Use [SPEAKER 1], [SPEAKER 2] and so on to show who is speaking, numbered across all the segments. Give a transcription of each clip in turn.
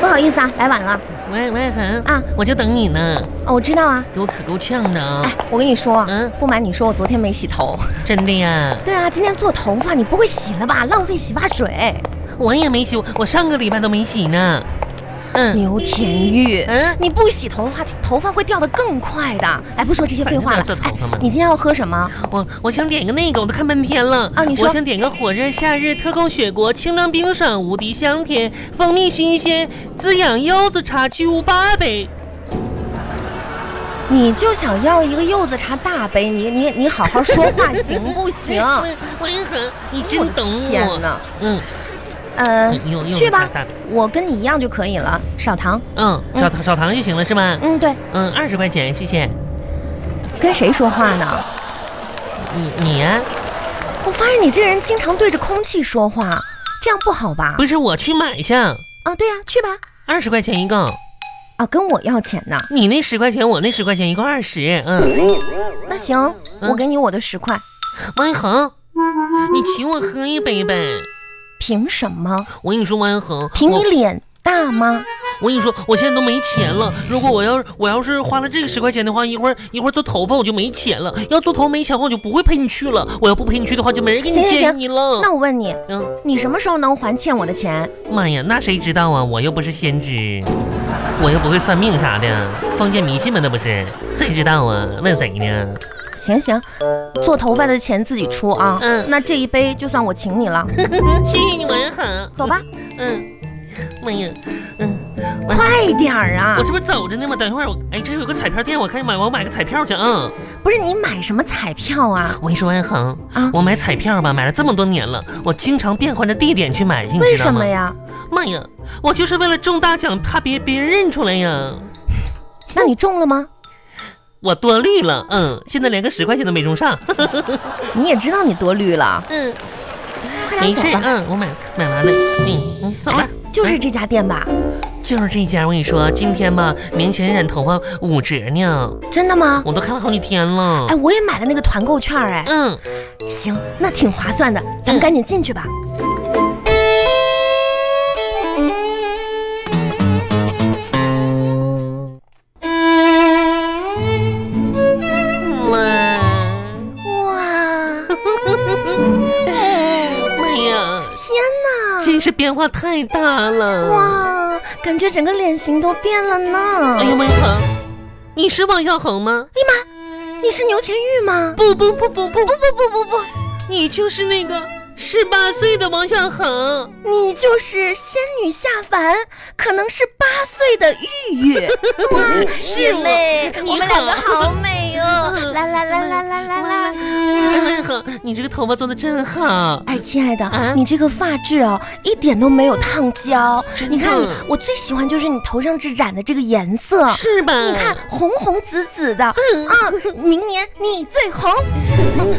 [SPEAKER 1] 不好意思啊，来晚了。
[SPEAKER 2] 喂喂，恒
[SPEAKER 1] 啊，
[SPEAKER 2] 我就等你呢，
[SPEAKER 1] 哦，我知道啊。
[SPEAKER 2] 给我可够呛的啊
[SPEAKER 1] 哎，，我跟你说，
[SPEAKER 2] 嗯
[SPEAKER 1] 不瞒你说，我昨天没洗 头。
[SPEAKER 2] 真的呀，
[SPEAKER 1] 对啊，今天做头发，你不会洗了吧？浪费洗发水。
[SPEAKER 2] 我也没洗，我上个礼拜都没洗呢。嗯
[SPEAKER 1] 牛田玉，
[SPEAKER 2] 嗯，
[SPEAKER 1] 你不洗头的话，头发会掉得更快的。哎，不说这些废话了
[SPEAKER 2] 反正。
[SPEAKER 1] 哎
[SPEAKER 2] 不要掉头发嘛，
[SPEAKER 1] 你今天要喝什么？
[SPEAKER 2] 我我想点个那个，我都看半天了
[SPEAKER 1] 啊你说
[SPEAKER 2] 我想点个火热夏日特供雪国，清凉冰爽，无敌香甜，蜂蜜新鲜，滋养柚子茶巨无霸杯。
[SPEAKER 1] 你就想要一个柚子茶大杯，你你你好好说 话行不行？
[SPEAKER 2] 喂喂，恒，你真懂
[SPEAKER 1] 天
[SPEAKER 2] 我
[SPEAKER 1] 哪。
[SPEAKER 2] 嗯
[SPEAKER 1] 呃
[SPEAKER 2] 嗯柚，柚子
[SPEAKER 1] 去吧
[SPEAKER 2] 茶大杯，
[SPEAKER 1] 我跟你一样就可以了，少糖。
[SPEAKER 2] 嗯，
[SPEAKER 1] 嗯
[SPEAKER 2] 少糖少糖就行了是吧？
[SPEAKER 1] 嗯，对，
[SPEAKER 2] 嗯，二十块钱，谢谢。
[SPEAKER 1] 跟谁说话呢？
[SPEAKER 2] 你你啊呀、
[SPEAKER 1] 我发现你这人经常对着空气说话，这样不好吧？
[SPEAKER 2] 不是我去买去，
[SPEAKER 1] 啊，对呀、去吧。
[SPEAKER 2] 二十块钱一个。
[SPEAKER 1] 啊，跟我要钱呢。
[SPEAKER 2] 你那十块钱，我那十块钱，一共二十。嗯，
[SPEAKER 1] 那行，我给你我的十块。
[SPEAKER 2] 王恒，你请我喝一杯呗。
[SPEAKER 1] 凭什么？
[SPEAKER 2] 我跟你说，王恒，
[SPEAKER 1] 凭
[SPEAKER 2] 我
[SPEAKER 1] 你脸大吗？
[SPEAKER 2] 我跟你说，我现在都没钱了。如果我要我要是花了这个十块钱的话，一会儿一会儿做头发我就没钱了。要做头没钱的话，我就不会陪你去了。我要不陪你去的话，就没人给你
[SPEAKER 1] 行行
[SPEAKER 2] 见
[SPEAKER 1] 行
[SPEAKER 2] 你了。
[SPEAKER 1] 那我问你，
[SPEAKER 2] 嗯，
[SPEAKER 1] 你什么时候能还欠我的钱？
[SPEAKER 2] 妈呀，那谁知道啊？我又不是先知，我又不会算命啥的，封建迷信嘛，那不是？谁知道啊？问谁呢？
[SPEAKER 1] 行行，做头发的钱自己出啊。
[SPEAKER 2] 嗯
[SPEAKER 1] 那这一杯就算我请你了，
[SPEAKER 2] 谢谢你们恒。
[SPEAKER 1] 走吧，
[SPEAKER 2] 嗯，妈呀，嗯，
[SPEAKER 1] 快点儿啊
[SPEAKER 2] 我！这不走着呢吗？等一会儿我，哎，这有个彩票店，我看买我买个彩票去啊。
[SPEAKER 1] 不是你买什么彩票啊？
[SPEAKER 2] 我跟你说，安恒
[SPEAKER 1] 啊，
[SPEAKER 2] 我买彩票吧，买了这么多年了，我经常变换着地点去买去，你
[SPEAKER 1] 为
[SPEAKER 2] 知道
[SPEAKER 1] 什
[SPEAKER 2] 吗？
[SPEAKER 1] 么？呀？
[SPEAKER 2] 妈呀，我就是为了中大奖，怕别别人认出来呀。
[SPEAKER 1] 那你中了吗？
[SPEAKER 2] 我多虑了，嗯，现在连个十块钱都没中上，
[SPEAKER 1] 嗯你也知道你多虑了，
[SPEAKER 2] 嗯，
[SPEAKER 1] 快点
[SPEAKER 2] 没
[SPEAKER 1] 走
[SPEAKER 2] 事，
[SPEAKER 1] 吧。
[SPEAKER 2] 嗯，我买买完了，嗯嗯，走吧
[SPEAKER 1] 哎。，就是这家店吧？
[SPEAKER 2] 就是这家，我跟你说，今天吧，年前染头发五折呢，
[SPEAKER 1] 真的吗？
[SPEAKER 2] 我都看了好几天了
[SPEAKER 1] 哎，。我也买了那个团购券儿哎。
[SPEAKER 2] 嗯，
[SPEAKER 1] 行，那挺划算的，咱们赶紧进去吧。
[SPEAKER 2] 妈。
[SPEAKER 1] 哇，
[SPEAKER 2] 妈呀，
[SPEAKER 1] 天
[SPEAKER 2] 真是变化太大了！
[SPEAKER 1] 哪！，哇，感觉整个脸型都变了呢。
[SPEAKER 2] 哎呦，文恒，你是王小恒吗？
[SPEAKER 1] 你是牛田玉吗？
[SPEAKER 2] 不不不不不不不不不不，你就是那个十八岁的王小恒。
[SPEAKER 1] 你就是仙女下凡，可能是八岁的玉 玉。哇，姐妹，
[SPEAKER 2] 你好
[SPEAKER 1] 我们两个好美哦！
[SPEAKER 2] 嗯
[SPEAKER 1] 来来来来来来来。
[SPEAKER 2] 哎，文恒，你这个头发做的真好。
[SPEAKER 1] 哎，亲爱的，
[SPEAKER 2] 啊
[SPEAKER 1] 你这个发质哦，一点都没有烫焦。
[SPEAKER 2] 真的
[SPEAKER 1] 你看你，我最喜欢就是你头上这染的这个颜色。
[SPEAKER 2] 是吧？
[SPEAKER 1] 你看，红红紫紫的，嗯，明年你最红。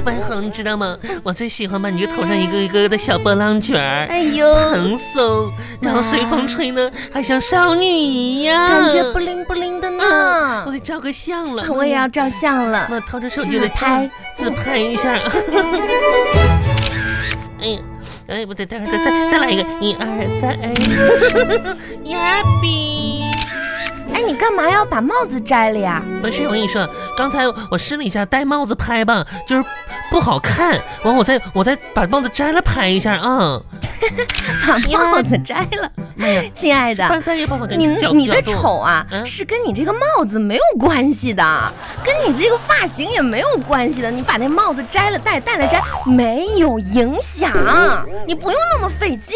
[SPEAKER 2] 文恒，你知道吗？我最喜欢把你这头上一个一个的小波浪卷儿，
[SPEAKER 1] 哎呦，
[SPEAKER 2] 蓬松，然后随风吹呢，还像少女一样，
[SPEAKER 1] 感觉不灵不灵的
[SPEAKER 2] 嗯，
[SPEAKER 1] 呢。
[SPEAKER 2] 我得照个相了。
[SPEAKER 1] 我也要照相了。
[SPEAKER 2] 我掏出手机来
[SPEAKER 1] 自拍
[SPEAKER 2] 自拍 一下。哎呀，哎，不对，待会儿再再再来一个，一二三， 哎，呀比。
[SPEAKER 1] 哎，你干嘛要把帽子摘了呀？
[SPEAKER 2] 不是，我跟你说，刚才我试了一下戴帽子拍吧，就是不好看。完，我再我再把帽子摘了拍一下啊。
[SPEAKER 1] 把帽子摘了，
[SPEAKER 2] 妈呀，
[SPEAKER 1] 亲爱的。
[SPEAKER 2] 再再也把我给
[SPEAKER 1] 啊你
[SPEAKER 2] 角
[SPEAKER 1] 你的
[SPEAKER 2] 角度
[SPEAKER 1] 丑啊，
[SPEAKER 2] 嗯
[SPEAKER 1] 是跟你这个帽子没有关系的，跟你这个发型也没有关系的。你把那帽子摘了戴，戴了摘，没有影响，你不用那么费劲。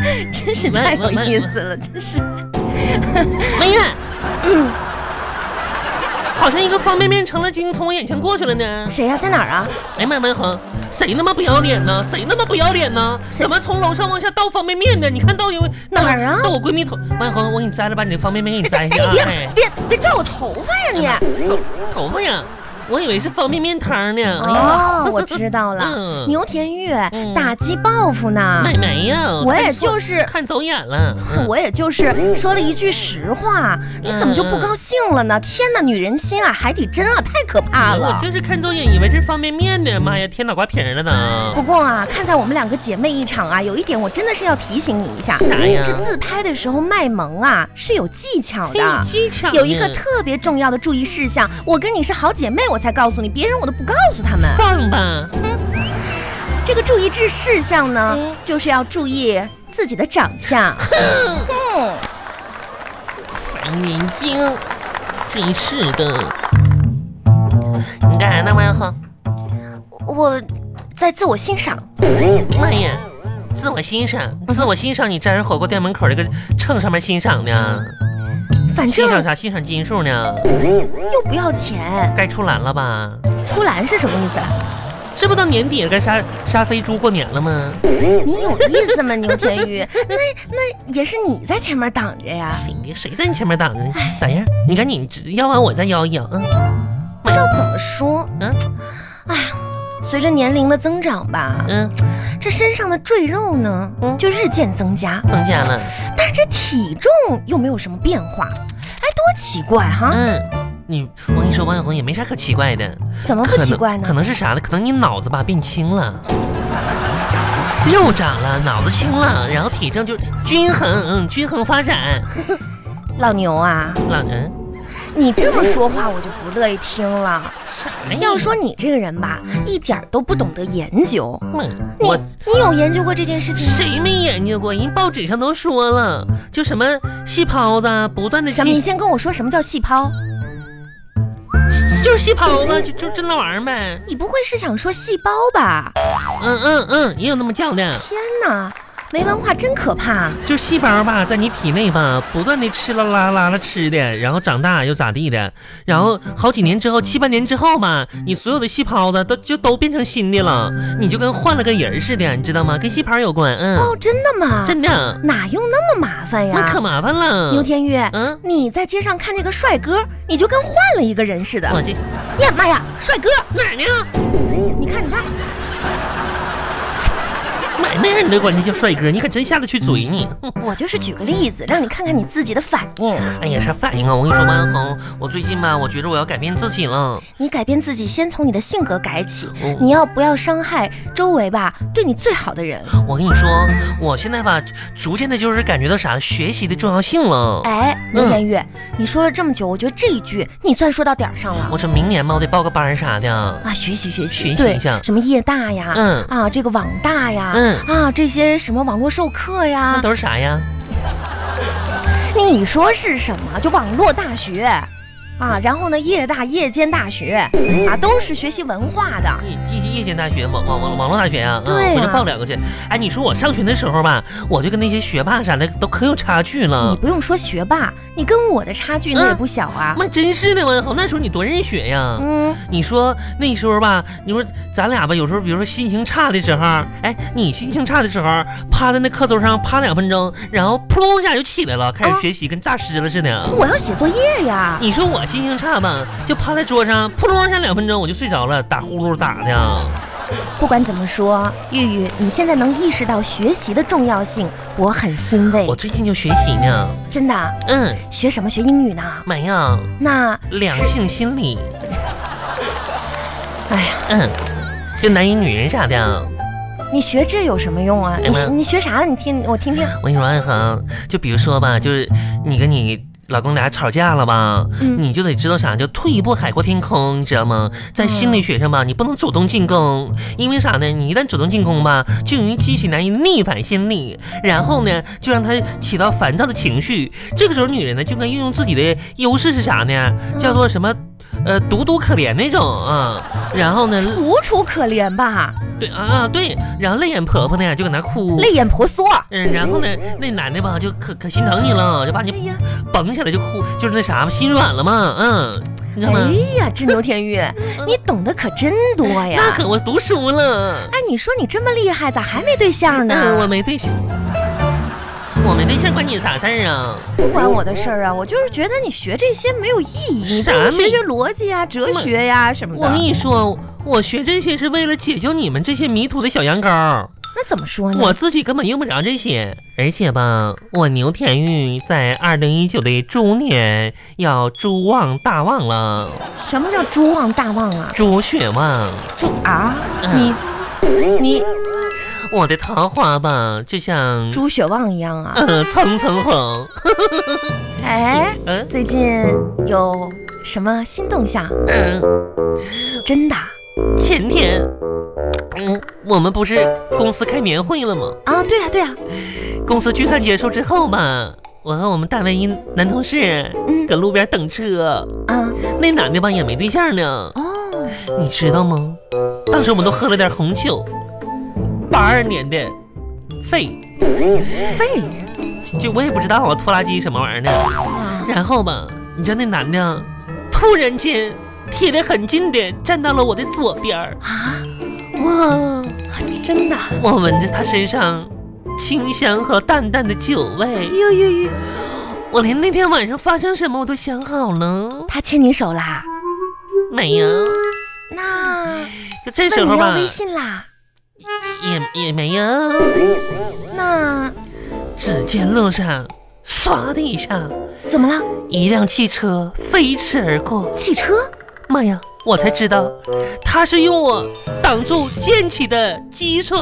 [SPEAKER 2] 哎
[SPEAKER 1] 真是太有意思了，真是。
[SPEAKER 2] 妈呀，嗯，好像一个方便面成了精，从我眼前过去了呢。
[SPEAKER 1] 谁呀、在哪儿啊？
[SPEAKER 2] 哎呀妈呀，文恒，谁那么不要脸呢？谁那么不要脸呢？
[SPEAKER 1] 谁
[SPEAKER 2] 怎么从楼上往下倒方便面呢？你看到有
[SPEAKER 1] 哪儿啊
[SPEAKER 2] 到我闺蜜头，文恒，我给你摘了，把你的方便面给你摘
[SPEAKER 1] 哎，
[SPEAKER 2] 下
[SPEAKER 1] 你
[SPEAKER 2] 啊！哎
[SPEAKER 1] 别别别拽我头发呀你！
[SPEAKER 2] 头头发呀，我以为是方便面汤呢。哎呀，
[SPEAKER 1] 哦，我 知道了，
[SPEAKER 2] 嗯
[SPEAKER 1] 牛田玉
[SPEAKER 2] 嗯
[SPEAKER 1] 打击报复呢。
[SPEAKER 2] 妹妹呀，
[SPEAKER 1] 我也
[SPEAKER 2] 看错
[SPEAKER 1] 就是
[SPEAKER 2] 看走眼了。嗯
[SPEAKER 1] 我也就是说了一句实话，你怎么就不高兴了呢？天哪，女人心啊，海底针啊，太可怕
[SPEAKER 2] 嗯我
[SPEAKER 1] 了。
[SPEAKER 2] 就是看走眼，以为是方便面呢。妈呀，贴脑瓜皮儿了呢。
[SPEAKER 1] 不过啊，看在我们两个姐妹一场啊，有一点我真的是要提醒你一下，
[SPEAKER 2] 啥呀
[SPEAKER 1] 这自拍的时候卖萌啊是有技巧
[SPEAKER 2] 嘿
[SPEAKER 1] 的，。
[SPEAKER 2] 技巧
[SPEAKER 1] 有一个
[SPEAKER 2] 呢
[SPEAKER 1] 特别重要的注意事项，我跟你是好姐妹，我才告诉你，别人我都不告诉他们。
[SPEAKER 2] 放吧，
[SPEAKER 1] 这个注意事事项呢，
[SPEAKER 2] 嗯
[SPEAKER 1] 就是要注意自己的长相。嗯，
[SPEAKER 2] 烦人精，真是的。你干啥呢，王小红？
[SPEAKER 1] 我在自我欣赏。
[SPEAKER 2] 妈呀，自我欣赏，自我欣赏，你站人火锅店门口这个秤上面欣赏呢？
[SPEAKER 1] 反
[SPEAKER 2] 欣
[SPEAKER 1] 正
[SPEAKER 2] 赏啥？欣赏斤数呢？
[SPEAKER 1] 又不要钱，
[SPEAKER 2] 该出栏了吧？
[SPEAKER 1] 出栏是什么意思啊？
[SPEAKER 2] 这不到年底了，该杀杀飞猪过年了吗？
[SPEAKER 1] 你有意思吗，牛天 宇？那那也是你在前面挡着呀，
[SPEAKER 2] 你哎谁在你前面挡着呢？咋样？你赶紧邀完我再邀一邀，嗯，
[SPEAKER 1] 不知道怎么说。
[SPEAKER 2] 嗯
[SPEAKER 1] 哎呀，随着年龄的增长吧，
[SPEAKER 2] 嗯，
[SPEAKER 1] 这身上的赘肉呢
[SPEAKER 2] 嗯
[SPEAKER 1] 就日渐增加，
[SPEAKER 2] 增加了，
[SPEAKER 1] 但是这体重又没有什么变化，哎，多奇怪哈！
[SPEAKER 2] 嗯，你我跟你说，王小红也没啥可奇怪的，
[SPEAKER 1] 怎么
[SPEAKER 2] 可
[SPEAKER 1] 哦不
[SPEAKER 2] 能
[SPEAKER 1] 奇怪呢
[SPEAKER 2] 可？能是啥呢？可能你脑子吧变轻了，肉长了，脑子轻了，然后体重就均衡，嗯，均衡发展。
[SPEAKER 1] 老牛啊，
[SPEAKER 2] 老人
[SPEAKER 1] 你这么说话我就不乐意听了。
[SPEAKER 2] 啥呀？
[SPEAKER 1] 要说你这个人吧，一点儿都不懂得研究。
[SPEAKER 2] 妈
[SPEAKER 1] 你
[SPEAKER 2] 我
[SPEAKER 1] 你有研究过这件事情吗？
[SPEAKER 2] 谁没研究过？人报纸上都说了，就什么细胞子啊不断的
[SPEAKER 1] 小米，你先跟我说什么叫细胞？
[SPEAKER 2] 就是细胞子，就就就那玩意儿呗。
[SPEAKER 1] 你不会是想说细胞吧？
[SPEAKER 2] 嗯嗯嗯，也有那么叫的，
[SPEAKER 1] 天哪，没文化真可怕！
[SPEAKER 2] 就是细胞吧，在你体内吧，不断的吃了拉拉了吃的，然后长大又咋地的，然后好几年之后，七八年之后吧，你所有的细胞子都就都变成新的了，你就跟换了个人儿似的，你知道吗？跟细胞有关，嗯，
[SPEAKER 1] 哦，真的吗？
[SPEAKER 2] 真的，
[SPEAKER 1] 哪用那么麻烦
[SPEAKER 2] 那可
[SPEAKER 1] 呀？
[SPEAKER 2] 麻烦了
[SPEAKER 1] 牛。天玉，
[SPEAKER 2] 嗯，
[SPEAKER 1] 你在街上看见个帅哥，你就跟换了一个人似的。哎
[SPEAKER 2] 我这
[SPEAKER 1] 呀妈呀，帅哥！
[SPEAKER 2] 哪儿呢？
[SPEAKER 1] 你看，你看，
[SPEAKER 2] 买那样你都管他叫帅哥，你可真下得去嘴你。哼
[SPEAKER 1] 我就是举个例子，让你看看你自己的反应。
[SPEAKER 2] 哎呀，啥反应啊？我跟你说，王小红，我最近吧，我觉着我要改变自己了。
[SPEAKER 1] 你改变自己，先从你的性格改起。
[SPEAKER 2] 我
[SPEAKER 1] 你要不要伤害周围吧？对你最好的人。
[SPEAKER 2] 我跟你说，我现在吧，逐渐的就是感觉到啥学习的重要性了。
[SPEAKER 1] 哎，
[SPEAKER 2] 嗯
[SPEAKER 1] 刘天玉，你说了这么久，我觉得这一句你算说到点儿上了
[SPEAKER 2] 我这明年吧，我得报个班儿啥的。
[SPEAKER 1] 啊！学习学习，
[SPEAKER 2] 哦学习
[SPEAKER 1] 对
[SPEAKER 2] 一下
[SPEAKER 1] 什么夜大呀，
[SPEAKER 2] 嗯
[SPEAKER 1] 啊，这个网大呀，
[SPEAKER 2] 嗯
[SPEAKER 1] 啊，这些什么网络授课
[SPEAKER 2] 那
[SPEAKER 1] 呀，
[SPEAKER 2] 都是啥呀？
[SPEAKER 1] 你说是什么？就网络大学。啊，然后呢，夜大、夜间大学啊，都是学习文化的。
[SPEAKER 2] 夜夜夜间大学，网网网网络大学呀、
[SPEAKER 1] 对啊呀
[SPEAKER 2] 嗯，我就报两个去。哎，你说我上学的时候吧，我就跟那些学霸啥的都可有差距
[SPEAKER 1] 你
[SPEAKER 2] 了。
[SPEAKER 1] 不用说学霸，你跟我的差距
[SPEAKER 2] 嗯
[SPEAKER 1] 那也不小啊。
[SPEAKER 2] 妈，真是的，王小红，那时候你多认学呀。
[SPEAKER 1] 嗯，
[SPEAKER 2] 你说那时候吧，你说咱俩吧，有时候比如说心情差的时候，哎，你心情差的时候，趴在那课桌上趴两分钟，然后扑通一下就起来了，
[SPEAKER 1] 啊
[SPEAKER 2] 开始学习，跟诈尸了似的。
[SPEAKER 1] 我要写作业呀。
[SPEAKER 2] 你说我心情差吧，就趴在桌上扑通一下两分钟我就睡着了，打呼噜打的。
[SPEAKER 1] 不管怎么说，玉玉，你现在能意识到学习的重要性，我很欣慰
[SPEAKER 2] 我。最近就学习呢，
[SPEAKER 1] 真的，
[SPEAKER 2] 嗯，
[SPEAKER 1] 学什么？学英语呢？
[SPEAKER 2] 妈呀，
[SPEAKER 1] 那，
[SPEAKER 2] 两性心理，
[SPEAKER 1] 哎呀，
[SPEAKER 2] 嗯，就男人女人啥的。
[SPEAKER 1] 你学这有什么用啊？
[SPEAKER 2] 哎
[SPEAKER 1] 你学
[SPEAKER 2] 妈
[SPEAKER 1] 你学啥了？你听我听听。
[SPEAKER 2] 我跟你说，安恒，就比如说吧，就是你跟你老公俩吵架了吧，
[SPEAKER 1] 嗯
[SPEAKER 2] 你就得知道啥叫退一步海阔天空，你知道吗？在心理学上吧，你不能主动进攻，因为啥呢？你一旦主动进攻吧，就容易激起男人逆反心理，然后呢，就让他起到烦躁的情绪。这个时候，女人呢就该运用自己的优势是啥呢？叫做什么？呃，独独可怜那种啊，然后呢，
[SPEAKER 1] 楚楚可怜吧，
[SPEAKER 2] 对啊对，然后泪眼婆婆呢就搁那哭，
[SPEAKER 1] 泪眼婆娑。
[SPEAKER 2] 嗯，然后呢，那男的吧就可可心疼你了，就把
[SPEAKER 1] 哎
[SPEAKER 2] 你
[SPEAKER 1] 呀，
[SPEAKER 2] 绷起来就哭，就是那啥嘛，心软了嘛，嗯，你知道吗
[SPEAKER 1] 哎？呀，这牛天玉，你懂得可真多
[SPEAKER 2] 嗯那
[SPEAKER 1] 呀！
[SPEAKER 2] 可我读书了，啊
[SPEAKER 1] 哎，你说你这么厉害，咋还没对象
[SPEAKER 2] 嗯，我
[SPEAKER 1] 呢？
[SPEAKER 2] 没对象。我们的事儿关你啥事儿啊？
[SPEAKER 1] 不关我的事儿啊，我就是觉得你学这些没有意义，你不
[SPEAKER 2] 啥
[SPEAKER 1] 如
[SPEAKER 2] 没
[SPEAKER 1] 学学逻辑啊、哲学呀、什么
[SPEAKER 2] 我跟
[SPEAKER 1] 的。
[SPEAKER 2] 你说，我学这些是为了解救你们这些迷途的小羊羔，
[SPEAKER 1] 那怎么说呢？
[SPEAKER 2] 我自己根本用不着这些。而且吧，我牛田玉在二零一九的猪年要猪旺大旺了，
[SPEAKER 1] 什么叫猪旺大旺啊？
[SPEAKER 2] 猪血旺。
[SPEAKER 1] 猪啊，
[SPEAKER 2] 嗯
[SPEAKER 1] 你你
[SPEAKER 2] 我的桃花吧，就像
[SPEAKER 1] 猪血旺一样啊？
[SPEAKER 2] 呃蹭蹭红，
[SPEAKER 1] 哎，
[SPEAKER 2] 嗯、
[SPEAKER 1] 最近有什么新动向？
[SPEAKER 2] 嗯、
[SPEAKER 1] 真的啊
[SPEAKER 2] 前天，嗯，我们不是公司开年会了吗？
[SPEAKER 1] 啊？对啊，对啊，
[SPEAKER 2] 公司聚餐结束之后吧，我和我们大班一男同事
[SPEAKER 1] 嗯
[SPEAKER 2] 搁路边等车，
[SPEAKER 1] 啊
[SPEAKER 2] 那男的吧也没对象呢，
[SPEAKER 1] 哦，
[SPEAKER 2] 你知道吗？当时我们都喝了点红酒，八二年的肺，
[SPEAKER 1] 废
[SPEAKER 2] 就我也不知道啊，拖拉机什么玩意儿呢。
[SPEAKER 1] 啊！
[SPEAKER 2] 然后吧，你知道那男的突然间贴得很近的站到了我的左边儿，
[SPEAKER 1] 啊，
[SPEAKER 2] 哇！
[SPEAKER 1] 真的，啊
[SPEAKER 2] 我闻着他身上清香和淡淡的酒味，
[SPEAKER 1] 呦呦呦，
[SPEAKER 2] 我连那天晚上发生什么我都想好了。
[SPEAKER 1] 他牵你手啦？
[SPEAKER 2] 没有，
[SPEAKER 1] 那
[SPEAKER 2] 就这
[SPEAKER 1] 那
[SPEAKER 2] 时候
[SPEAKER 1] 你要
[SPEAKER 2] 吧，
[SPEAKER 1] 微信啦？
[SPEAKER 2] 也也没有。
[SPEAKER 1] 那
[SPEAKER 2] 只见路上唰的一下，
[SPEAKER 1] 怎么了？
[SPEAKER 2] 一辆汽车飞驰而过。
[SPEAKER 1] 汽车？
[SPEAKER 2] 妈呀！我才知道，他是用我挡住溅起的积水。